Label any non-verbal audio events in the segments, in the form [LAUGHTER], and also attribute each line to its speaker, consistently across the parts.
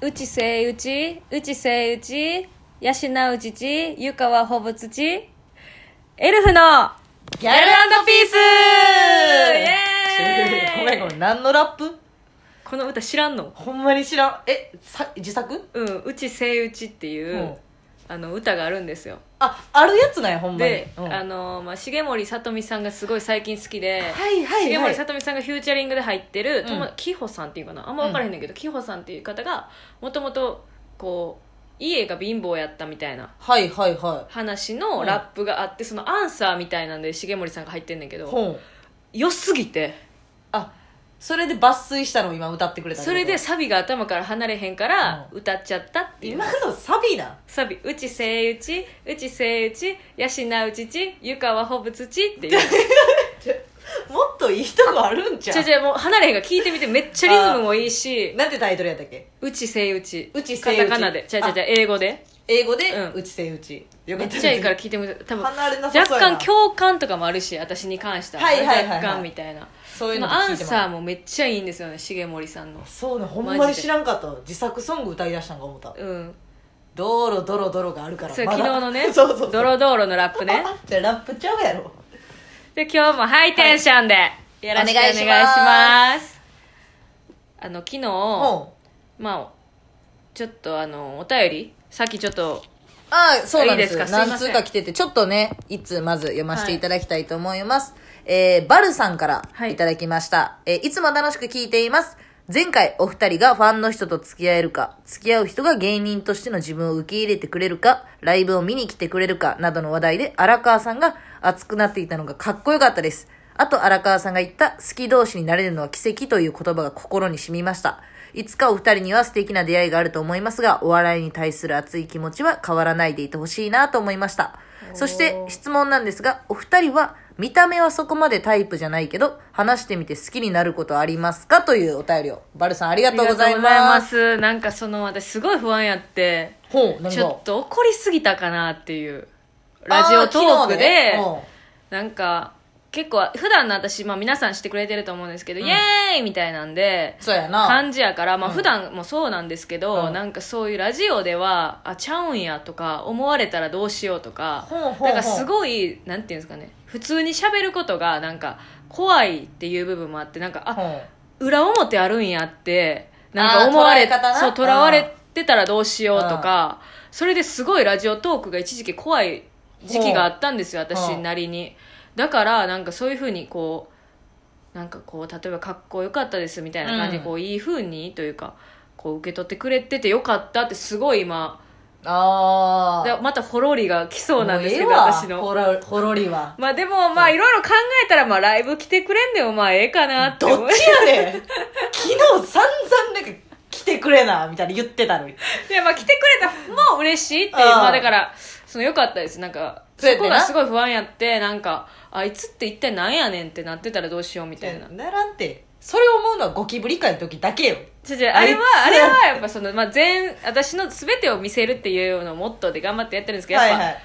Speaker 1: うちせいうち、うちせいうち、やしなうちち、ゆかはほぼつち、エルフの
Speaker 2: ギャルピース
Speaker 1: イエーイ
Speaker 2: [LAUGHS] ごめんごめん、何のラップ
Speaker 1: この歌知らんの
Speaker 2: ほんまに知らん。え、さ自作
Speaker 1: うん、うちせいうちっていう、
Speaker 2: うん
Speaker 1: あの歌があるんですよ。
Speaker 2: あ、あるやつなんや、ほんまに。
Speaker 1: で、
Speaker 2: うん
Speaker 1: あの、まあ、重森さとみさんがすごい最近好きで、
Speaker 2: はいはい
Speaker 1: 重
Speaker 2: は
Speaker 1: 森
Speaker 2: い
Speaker 1: さ。とみさんがフューチャリングで入ってる、
Speaker 2: ん
Speaker 1: ともきほさんっていうかなあんま分からへんねんけど、きほさんっていう方がもともとこう家が貧乏やったみたいな
Speaker 2: はいはいは
Speaker 1: 話のラップがあって、そのアンサーみたいなんで重森さんが入ってんねんけ
Speaker 2: い。
Speaker 1: ど
Speaker 2: ほん。
Speaker 1: 良すぎて
Speaker 2: あ、それで抜粋したのを今歌ってくれた
Speaker 1: それで、サビが頭から離れへんから歌っちゃったっていう、
Speaker 2: 今のサビな。
Speaker 1: サビ「うちせいうちうちせいうちやしなうちちゆかはほぶつち」っていう
Speaker 2: もっといいとこあるんちゃ
Speaker 1: じゃ
Speaker 2: う
Speaker 1: じゃもう離れへんが聞いてみてめっちゃリズムもいいし
Speaker 2: なんてタイトルやったっけ
Speaker 1: 「うちせいうち」
Speaker 2: うちせいうち
Speaker 1: カタカナでじゃじゃじゃ英語で
Speaker 2: 英語で、
Speaker 1: うん
Speaker 2: うちせいうち。よ
Speaker 1: め
Speaker 2: か
Speaker 1: っ
Speaker 2: った
Speaker 1: ちゃいいから聞いてみて多分
Speaker 2: 離れなさ
Speaker 1: 若
Speaker 2: そうやな
Speaker 1: 干共感とかもあるし私に関しては,、
Speaker 2: はいはいはいはい
Speaker 1: 若干みたいな
Speaker 2: そういうの
Speaker 1: まあア
Speaker 2: 聞い
Speaker 1: ン
Speaker 2: てます
Speaker 1: サーもめっちゃいいんですよね重森さんの
Speaker 2: そうね、ほんま
Speaker 1: マ
Speaker 2: に
Speaker 1: ジで
Speaker 2: 知らんかったわ。自作ソング歌い出したんか思った。
Speaker 1: うん
Speaker 2: ドロドロドロがあるから。
Speaker 1: それ
Speaker 2: ま
Speaker 1: 昨
Speaker 2: だ
Speaker 1: 日のね
Speaker 2: [LAUGHS] そうそうそう。
Speaker 1: ドロドロのラップね
Speaker 2: あじゃあラップちゃうやろ。
Speaker 1: で今日もハイテンションでよろしくお願いします,、
Speaker 2: お願いし
Speaker 1: あの昨日
Speaker 2: うん。
Speaker 1: まあちょっとあのお便りさっきちょっと
Speaker 2: あそうなんです
Speaker 1: いいですかすいま
Speaker 2: 何
Speaker 1: せん
Speaker 2: 通か来てて、ちょっとね、いつまず読ませていただきたいと思います。えー、バルさんから
Speaker 1: はい
Speaker 2: いただきました。い、えーいつも楽しく聞いています。前回お二人がファンの人と付き合えるか、付き合う人が芸人としての自分を受け入れてくれるか、ライブを見に来てくれるかなどの話題で荒川さんが熱くなっていたのがかっこよかったです。あと荒川さんが言った好き同士になれるのは奇跡という言葉が心に染みました。いつかお二人には素敵な出会いがあると思いますが、お笑いに対する熱い気持ちは変わらないでいてほしいなと思いました。そして質問なんですが、お二人は見た目はそこまでタイプじゃないけど、話してみて好きになることはありますかというお便りを。バルさんありがとうございます。
Speaker 1: すなんかその私すごい不安やって
Speaker 2: ほう、なん
Speaker 1: ちょっ
Speaker 2: か。
Speaker 1: と怒りすぎたかなっていうラジオトークで、
Speaker 2: あー昨日ね
Speaker 1: なんか結構普段の私、まあ、皆さんしてくれてると思うんですけど、
Speaker 2: うん
Speaker 1: イエーイみたいなんで
Speaker 2: うんそうやな。
Speaker 1: 感じやから、まあ
Speaker 2: うん
Speaker 1: 普段もそうなんですけど、
Speaker 2: うん
Speaker 1: なんかそういうラジオではあちゃうんやとか思われたらどうしようとか
Speaker 2: ほうほうほう
Speaker 1: なんかすごいなんていうんですかね普通に喋ることがなんか怖いっていう部分もあってなんかあ
Speaker 2: ほう
Speaker 1: 裏表あるんやってなんか思われ
Speaker 2: あー捉え方な
Speaker 1: そうとらわれてたらどうしようとかそれですごいラジオトークが一時期怖い時期があったんですよ
Speaker 2: ほう
Speaker 1: 私なりにだからなんかそういうふうにこうなんかこう例えばかっこよかったですみたいな感じで
Speaker 2: うん
Speaker 1: こういいふうにというかこう受け取ってくれててよかったってすごい今
Speaker 2: あ
Speaker 1: で
Speaker 2: あ。
Speaker 1: またほろりが来そうなんですけど
Speaker 2: もうええわ
Speaker 1: 私の
Speaker 2: ほろ、ほろりは。
Speaker 1: まあでもまあいろいろ考えたらまあライブ来てくれんでもまあええかなって思
Speaker 2: ど
Speaker 1: う
Speaker 2: っちやねん昨日散々なんか来てくれな、みたいな言ってたのに。
Speaker 1: [LAUGHS] いやまあ来てくれたもう嬉しいっていう
Speaker 2: うん
Speaker 1: まあだからその良かったですなんかそ
Speaker 2: そうやっ
Speaker 1: こ
Speaker 2: て
Speaker 1: が
Speaker 2: な
Speaker 1: すごい不安やってなんかあいつって一体なんやねんってなってたらどうしようみたいな
Speaker 2: ならんて。それを思うのはゴキブリ会の時だけよ。
Speaker 1: 違う違うあれはあ
Speaker 2: あいつ
Speaker 1: れはやっぱその、まあ、全私の全てを見せるっていうのをモットーで頑張ってやってるんですけどやっぱ、
Speaker 2: はい。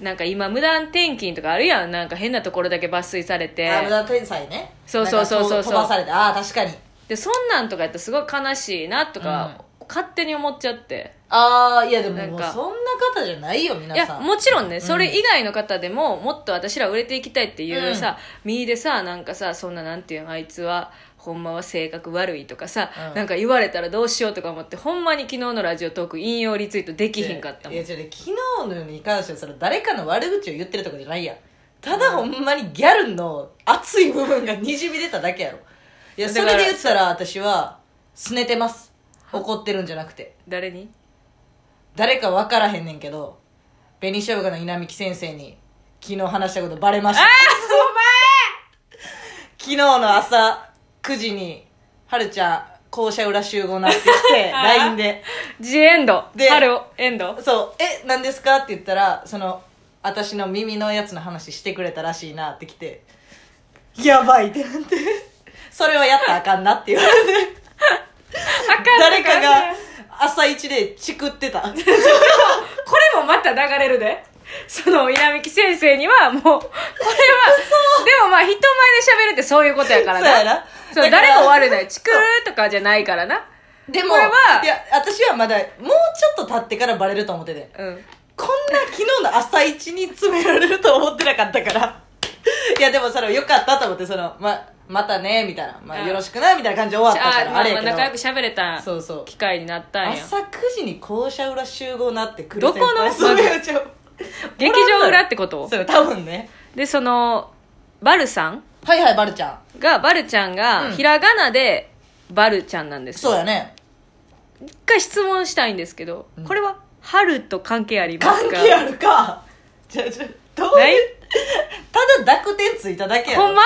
Speaker 1: なんか今無断転勤とかあるやんなんか変なところだけ抜粋されて
Speaker 2: あ、無駄天才ね。
Speaker 1: そうそうそうそうそう
Speaker 2: なんか飛ばされて、ああ、確かに。
Speaker 1: でそんなんとかやったらすごい悲しいなとか、勝手に思っちゃって
Speaker 2: ああ、いやでも
Speaker 1: なん
Speaker 2: もう
Speaker 1: か
Speaker 2: そんな方じゃないよ、皆
Speaker 1: いや
Speaker 2: さん。
Speaker 1: もちろんねそれ以外の方でも、もっと私ら売れていきたいっていうさ、身でさなんかさそんななんていうのあいつはほんまは性格悪いとかさ、
Speaker 2: うん
Speaker 1: なんか言われたらどうしようとか思ってほんまに昨日のラジオトーク引用リツイートできひんかったも
Speaker 2: い
Speaker 1: ん
Speaker 2: や、違うね、昨日のに関しては、それ誰かの悪口を言ってるとかじゃないやん。ただほんまにギャルの熱い部分がにじみ出ただけやろ。いや、そ
Speaker 1: だから
Speaker 2: れで言ったら私は、拗ねてます。怒ってるんじゃなくて。
Speaker 1: 誰に
Speaker 2: 誰か分からへんねんけど紅しょうがの稲美木先生に昨日話したことバレました昨日の朝9時にはるちゃん校舎裏集合なってき [LAUGHS] て
Speaker 1: あ
Speaker 2: LINE で
Speaker 1: ジエンド
Speaker 2: で
Speaker 1: 春をエンド
Speaker 2: 「そうえ何ですか?」って言ったらその私の耳のやつの話してくれたらしいなってきて「やばい」ってなってそれはやったらあかんなって言われて
Speaker 1: あかん
Speaker 2: 誰か
Speaker 1: あん
Speaker 2: が
Speaker 1: ね
Speaker 2: 朝一でチク [LAUGHS] ってた
Speaker 1: これもまた流れるでその稲美木先生にはもうこれはでもまあ人前で喋るってそういうことやからな
Speaker 2: そうやな
Speaker 1: そう
Speaker 2: だから
Speaker 1: 誰も悪いのよチクーとかじゃないからな
Speaker 2: でも
Speaker 1: これはい
Speaker 2: や私はまだもうちょっと経ってからバレると思ってて
Speaker 1: うん
Speaker 2: こんな昨日の朝一に詰められると思ってなかったから [LAUGHS] いやでもそれよかったと思ってそのままたねみたいな、まあ、
Speaker 1: うん
Speaker 2: よろしくなみたいな感じで終わったから
Speaker 1: あ
Speaker 2: あ
Speaker 1: あ
Speaker 2: れ
Speaker 1: ま
Speaker 2: や
Speaker 1: あ
Speaker 2: けど
Speaker 1: 仲良く喋れた
Speaker 2: そうそう
Speaker 1: 機会になったんや
Speaker 2: 朝9時に校舎裏集合なって来る
Speaker 1: どこの
Speaker 2: 先輩そう
Speaker 1: 劇場裏ってこと
Speaker 2: そう多分ね
Speaker 1: でそのバルさん
Speaker 2: はいはいバルちゃん
Speaker 1: がバルちゃんが、
Speaker 2: うん
Speaker 1: ひらがなでバルちゃんなんですよ
Speaker 2: そうやね
Speaker 1: 一回質問したいんですけど、
Speaker 2: うん
Speaker 1: これは春と関係ありま
Speaker 2: 関
Speaker 1: すか
Speaker 2: 係あるかじゃあじゃあどう
Speaker 1: ない
Speaker 2: いう [LAUGHS] ただ濁点ついただけやろ
Speaker 1: ほんま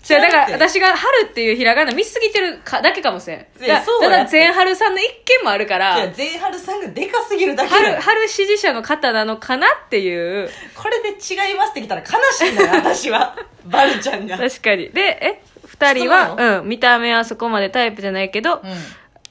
Speaker 1: じ
Speaker 2: 知
Speaker 1: ゃ
Speaker 2: ら
Speaker 1: あ
Speaker 2: な
Speaker 1: だ
Speaker 2: くて
Speaker 1: から私が春っていうひらがな見すぎてるかだけかもしれん
Speaker 2: いや
Speaker 1: だ
Speaker 2: そう
Speaker 1: た
Speaker 2: や
Speaker 1: だ
Speaker 2: って
Speaker 1: 前春さんの一件もあるか
Speaker 2: じゃあ
Speaker 1: ら
Speaker 2: 全春さんがでかすぎるだけ
Speaker 1: 春
Speaker 2: や
Speaker 1: 春支持者の方なのかなっていう
Speaker 2: これで違いますってきたら悲し
Speaker 1: [LAUGHS]
Speaker 2: いのよ私はバルちゃんが
Speaker 1: 確かにでえ二人
Speaker 2: そう
Speaker 1: は、うん、見た目はそこまでタイプじゃないけど、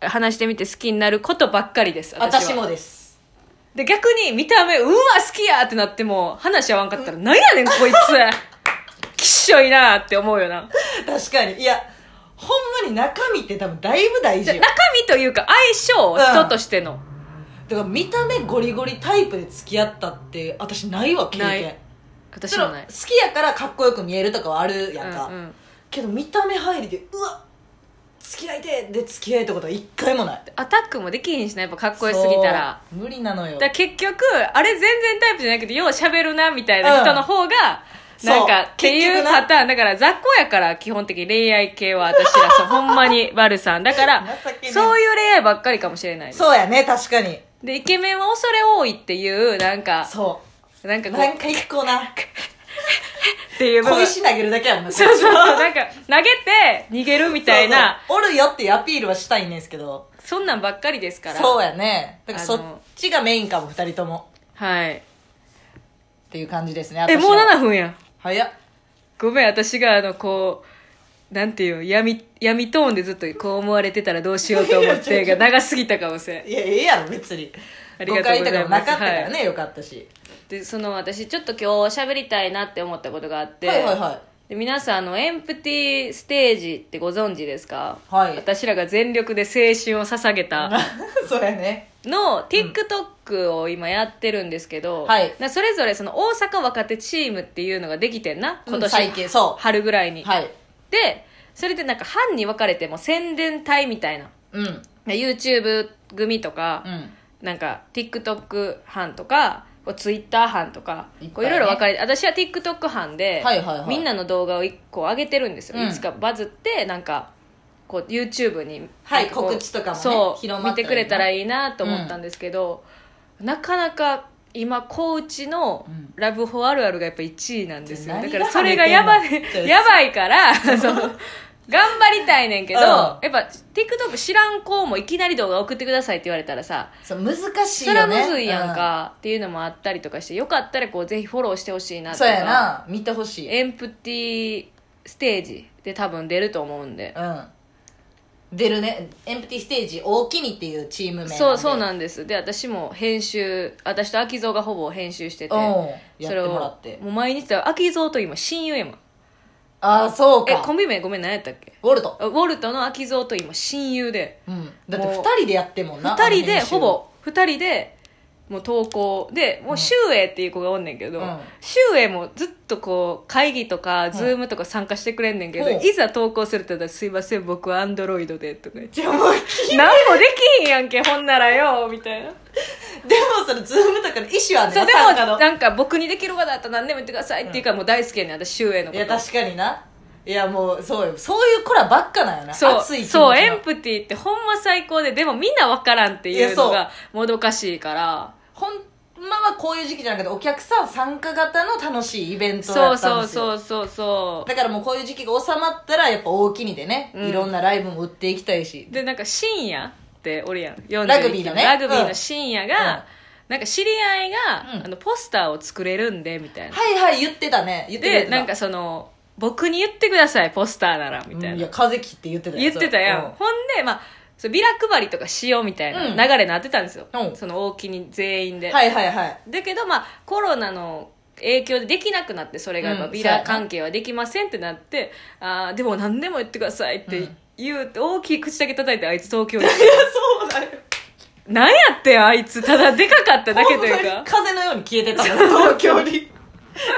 Speaker 1: 話してみて好きになることばっかりです
Speaker 2: 私
Speaker 1: は
Speaker 2: もです
Speaker 1: で逆に見た目うわ好きやってなっても話合わんかったらなんやねんこいつ [LAUGHS] きっしょいなって思うよな
Speaker 2: 確かにいやほんまに中身って多分だいぶ大
Speaker 1: じゃ [LAUGHS]
Speaker 2: 事
Speaker 1: 中
Speaker 2: よ
Speaker 1: 身というか相性
Speaker 2: うん
Speaker 1: 人としての、
Speaker 2: だから見た目ゴリゴリタイプで付き合ったって私ないわ経験
Speaker 1: ない私
Speaker 2: そ
Speaker 1: も
Speaker 2: の
Speaker 1: な
Speaker 2: 好
Speaker 1: い
Speaker 2: きやからかっこよく見えるとかはあるやんか、
Speaker 1: うんうん
Speaker 2: けど見た目入りでうわ付き合いてえで付き合いってことは一回もない
Speaker 1: アタックもできひんしなやっぱかっこよすぎたら
Speaker 2: そう無理なのよ
Speaker 1: だから結局あれ全然タイプじゃなくてよう喋るなみたいな人の方が、
Speaker 2: うん
Speaker 1: なんか
Speaker 2: そう
Speaker 1: ってい
Speaker 2: 結
Speaker 1: う
Speaker 2: 局な
Speaker 1: パターンだから雑魚やから基本的に恋愛系は私ら
Speaker 2: [LAUGHS]
Speaker 1: そうほんまに悪さんだから
Speaker 2: 情けねえ
Speaker 1: そういう恋愛ばっかりかもしれない
Speaker 2: そうやね確かに
Speaker 1: でイケメンは恐れ多いっていうなんか
Speaker 2: そ
Speaker 1: なんか
Speaker 2: う
Speaker 1: こ
Speaker 2: なん
Speaker 1: う
Speaker 2: か一個な
Speaker 1: っていう部
Speaker 2: 小
Speaker 1: 分
Speaker 2: 石投げるだけやもん
Speaker 1: [LAUGHS]
Speaker 2: な
Speaker 1: そうそうそうなんか投げて逃げるみたいな
Speaker 2: そうそうおるよっていうアピールはしたいんですけど
Speaker 1: そんなんばっかりですから
Speaker 2: そうやねだから
Speaker 1: あ
Speaker 2: そ
Speaker 1: の
Speaker 2: っちがメインかも2人とも
Speaker 1: はい
Speaker 2: っていう感じですね
Speaker 1: えもう7
Speaker 2: 分
Speaker 1: 分やん
Speaker 2: 早っ
Speaker 1: ごめん私があのこうなんていうの闇闇トーンでずっとこう思われてたらどうしようと思っ
Speaker 2: [LAUGHS] いや
Speaker 1: て
Speaker 2: 違う違
Speaker 1: が
Speaker 2: う
Speaker 1: 長すぎたかもしれん
Speaker 2: いやええやろ別に
Speaker 1: あり
Speaker 2: 誤
Speaker 1: がとうご
Speaker 2: 解と
Speaker 1: ざ
Speaker 2: か
Speaker 1: い
Speaker 2: も
Speaker 1: ま
Speaker 2: な
Speaker 1: す
Speaker 2: かったからね、よかったし
Speaker 1: でその私ちょっと今日喋りたいなって思ったことがあって、
Speaker 2: はいはいはい
Speaker 1: で皆さんあのエンプティステージってご存知ですか、
Speaker 2: はい
Speaker 1: 私らが全力で青春を捧げた
Speaker 2: [LAUGHS] そうやね
Speaker 1: の TikTok を今やってるんですけど、
Speaker 2: はい
Speaker 1: なそれぞれその大阪若手チームっていうのができてんな今
Speaker 2: うん最
Speaker 1: 年
Speaker 2: 近そ
Speaker 1: 春ぐらいに、
Speaker 2: うはい
Speaker 1: でそれでなんか班に分かれても宣伝隊みたいな
Speaker 2: うんう
Speaker 1: で YouTube 組とか、
Speaker 2: ん
Speaker 1: なんか TikTok 班とかこう Twitter 班とか
Speaker 2: いっ
Speaker 1: こ
Speaker 2: ぱ
Speaker 1: う
Speaker 2: い
Speaker 1: い
Speaker 2: ね
Speaker 1: ろいろ分かれて私は TikTok 班で、
Speaker 2: はいはいはい
Speaker 1: みんなの動画を1個上げてるんですよ、
Speaker 2: うん
Speaker 1: いつかバズってなんかこう YouTube に
Speaker 2: はい
Speaker 1: なんこう
Speaker 2: 告知とかもね
Speaker 1: そう
Speaker 2: 広まっ
Speaker 1: 見
Speaker 2: たらいいな
Speaker 1: てくれたらいいなと思ったんですけど、なかなか今高知の
Speaker 2: うん
Speaker 1: ラブホあるあるがやっぱ1位なんですよ、
Speaker 2: 何
Speaker 1: だ
Speaker 2: が
Speaker 1: からそれがやば,、
Speaker 2: 跳ねてんの
Speaker 1: やばい
Speaker 2: [LAUGHS]
Speaker 1: からその頑張りたいねんけど、
Speaker 2: うん
Speaker 1: やっぱ TikTok 知らん子もいきなり動画送ってくださいって言われたらさ
Speaker 2: そう難しい
Speaker 1: そ
Speaker 2: よ
Speaker 1: れ
Speaker 2: ね
Speaker 1: はむずいやん、か、っていうのもあったりとかしてよかったらこうぜひフォローしてほしいな
Speaker 2: うん
Speaker 1: とか
Speaker 2: そうやな見てほしい
Speaker 1: エンプティステージで多分出ると思うんで
Speaker 2: うん出るねエンプティステージ大きにっていうチーム名
Speaker 1: そうそうん
Speaker 2: で
Speaker 1: なんですで私も編集私と秋蔵がほぼ編集してて
Speaker 2: おうやっ
Speaker 1: それ
Speaker 2: て
Speaker 1: を
Speaker 2: もらって
Speaker 1: もう毎日だから秋蔵と今親友やもん
Speaker 2: ああそう
Speaker 1: え
Speaker 2: か
Speaker 1: コンビ名ごめん何やったっけ
Speaker 2: ウォルト
Speaker 1: あウォルトの秋蔵と今親友で
Speaker 2: うん、だって
Speaker 1: もう
Speaker 2: 2人でやってんもんな
Speaker 1: 2人
Speaker 2: あの
Speaker 1: で
Speaker 2: 編集
Speaker 1: ほぼ2人でもう投稿でもう周英っていう子がおんねんけど、
Speaker 2: うん
Speaker 1: 周英もずっとこう会議とかズームとか参加してくれんねんけど、
Speaker 2: うん
Speaker 1: いざ投稿すると「すいません僕はアンドロイドで」とか言っ
Speaker 2: [LAUGHS]
Speaker 1: て
Speaker 2: でも
Speaker 1: 「何もできひんやんけほんならよ」みたいな
Speaker 2: でもそのズームとかの意思はね
Speaker 1: そうで
Speaker 2: 参加
Speaker 1: も
Speaker 2: の
Speaker 1: なんか僕にできることだったら何でも言ってくださいっていうから、もう大好きやねん私周英のこ
Speaker 2: い
Speaker 1: と
Speaker 2: や確かにないやもうそうよそういう子らばっかなんやな
Speaker 1: そう
Speaker 2: 熱い気持ちの
Speaker 1: そうエンプティってほんま最高ででもみんな分からんっていうの
Speaker 2: い
Speaker 1: が
Speaker 2: や
Speaker 1: もどかしいから
Speaker 2: ほんまはこういう時期じゃなくてお客さん参加型の楽しいイベントだ
Speaker 1: そう
Speaker 2: ったん
Speaker 1: そ
Speaker 2: で
Speaker 1: う
Speaker 2: す
Speaker 1: そうそ
Speaker 2: よ
Speaker 1: うそう
Speaker 2: だからもうこういう時期が収まったらやっぱ大きにでね、
Speaker 1: うん
Speaker 2: いろんなライブも売っていきたいし
Speaker 1: でなんか深夜っておるやん41
Speaker 2: ラグビーのね
Speaker 1: ラグビーの深夜が、
Speaker 2: うん
Speaker 1: なんか知り合いが、
Speaker 2: うん
Speaker 1: あのポスターを作れるんでみたいな、
Speaker 2: はいはい言ってたね言ってくれ
Speaker 1: で
Speaker 2: てた
Speaker 1: なんかその僕に言ってくださいポスターならみた
Speaker 2: う
Speaker 1: い
Speaker 2: ん
Speaker 1: な、
Speaker 2: や風切って言ってた
Speaker 1: 言ってたやん、
Speaker 2: そ
Speaker 1: ほんでまあそうビラ配りとかしようみたいな
Speaker 2: うん
Speaker 1: 流れになってたんですよ、
Speaker 2: うん
Speaker 1: その大きに全員で、
Speaker 2: れうんはいはいはい
Speaker 1: だけどまあコロナの影響でできなくなってそれがやっぱ
Speaker 2: うん
Speaker 1: ビ
Speaker 2: そうや
Speaker 1: ラ
Speaker 2: な
Speaker 1: 関係はできませんってなって、あーでも何でも言ってくださいって
Speaker 2: うん
Speaker 1: 言うて大きい口だけ叩いてあいつ東京に
Speaker 2: そうだよ
Speaker 1: なんやってんあいつただでかかっただけという
Speaker 2: ほんま
Speaker 1: か
Speaker 2: に風のように消えてた
Speaker 1: [LAUGHS]
Speaker 2: の東京に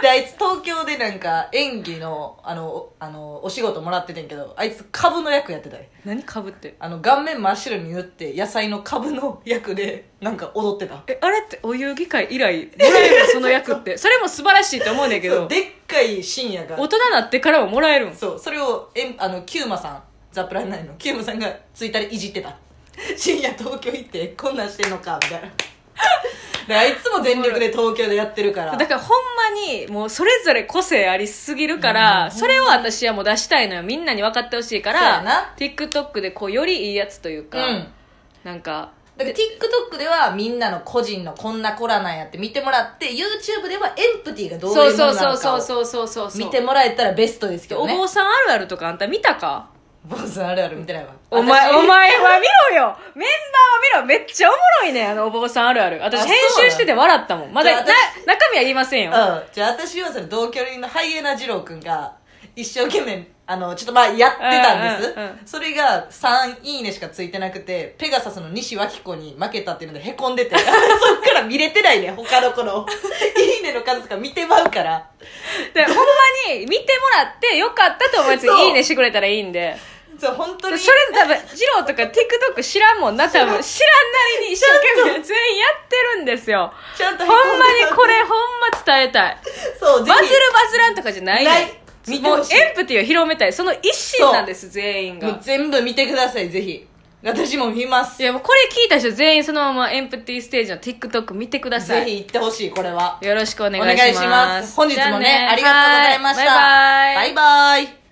Speaker 2: であいつ東京でなんか演技のあのおあのお仕事もらっててんけどあいつ株の役やってたよ
Speaker 1: 何かぶって
Speaker 2: あの顔面真っ白に塗って野菜の株の役でなんか踊ってた
Speaker 1: えあれってお遊戯会以来もらえるその役って
Speaker 2: [LAUGHS]
Speaker 1: それも素晴らしいと思うねんけ
Speaker 2: そ
Speaker 1: ど
Speaker 2: うでっかい深夜が
Speaker 1: 大人になってからはもらえるん
Speaker 2: そうそれをえんあのキューマさんザ・プランナインのキューマさんがツイッターでいじってた深夜東京行ってこんなんしてんのかみたいなであいつも全力で東京でやってるから
Speaker 1: だからほんまにもうそれぞれ個性ありすぎるから、
Speaker 2: うん
Speaker 1: それを私はもう出したいのよみんなに分かってほしいか
Speaker 2: そうや
Speaker 1: ら
Speaker 2: な
Speaker 1: TikTok でこうよりいいやつというか、
Speaker 2: うん
Speaker 1: なんか
Speaker 2: だから TikTok ではみんなの個人のこんな子らなんやって見てもらって YouTube ではエンプティがどう
Speaker 1: そ
Speaker 2: いううも
Speaker 1: そ
Speaker 2: の
Speaker 1: うそ
Speaker 2: な
Speaker 1: う
Speaker 2: のか
Speaker 1: そう
Speaker 2: を
Speaker 1: そうそうそうそう
Speaker 2: 見てもらえたらベストですけど
Speaker 1: お
Speaker 2: ね
Speaker 1: 坊さんあるあるとかあんた見たか
Speaker 2: 坊主あるある見てないわ
Speaker 1: お前、
Speaker 2: 私
Speaker 1: お前は見ろよメンバーを見ろめっちゃおもろいねんあのお坊さんあるある。私
Speaker 2: あ
Speaker 1: 編集してて笑ったもん。まだ、な
Speaker 2: じゃあ、
Speaker 1: 中身は言いませんよ。
Speaker 2: うんじゃあ私はその同居人のハイエナ二郎君が一生懸命あのちょっとまあやってたんです、
Speaker 1: うんうんうん
Speaker 2: それが3いいねしかついてなくてペガサスの西脇子に負けたっていうのでへこ
Speaker 1: [LAUGHS]
Speaker 2: んでてそっから見れてないね他の子のいいねの数とか見てまうから
Speaker 1: で、ほんまに見てもらってよかったと思うやつ
Speaker 2: そう
Speaker 1: いいねしてくれたらいいんで。
Speaker 2: そう本当
Speaker 1: それ
Speaker 2: に
Speaker 1: 多分、ジローとか TikTok 知らんもんな、多分。知らんなりに一生懸命全員やってるんですよ。
Speaker 2: ちゃんと
Speaker 1: ほ
Speaker 2: へ
Speaker 1: ん
Speaker 2: こ
Speaker 1: ま
Speaker 2: んで
Speaker 1: にこれほんま伝えたい。
Speaker 2: そう
Speaker 1: バ
Speaker 2: ぜ
Speaker 1: ズる
Speaker 2: ひ
Speaker 1: バズらんとかじゃない
Speaker 2: ない
Speaker 1: ね
Speaker 2: 見
Speaker 1: ん。
Speaker 2: て
Speaker 1: もう
Speaker 2: ほしい
Speaker 1: エンプティを広めたい。その一心なんです、全員が。
Speaker 2: もう全部見てくださいぜひ私も見ます
Speaker 1: いやもうこれ聞いた人全員そのままエンプティステージの TikTok 見てくださ
Speaker 2: ぜ
Speaker 1: い
Speaker 2: ひ行ってほしいこれは
Speaker 1: よろしくお願いします
Speaker 2: お願いします本日もね
Speaker 1: じゃ
Speaker 2: ありがとうございました
Speaker 1: はバイバイ
Speaker 2: バイバイ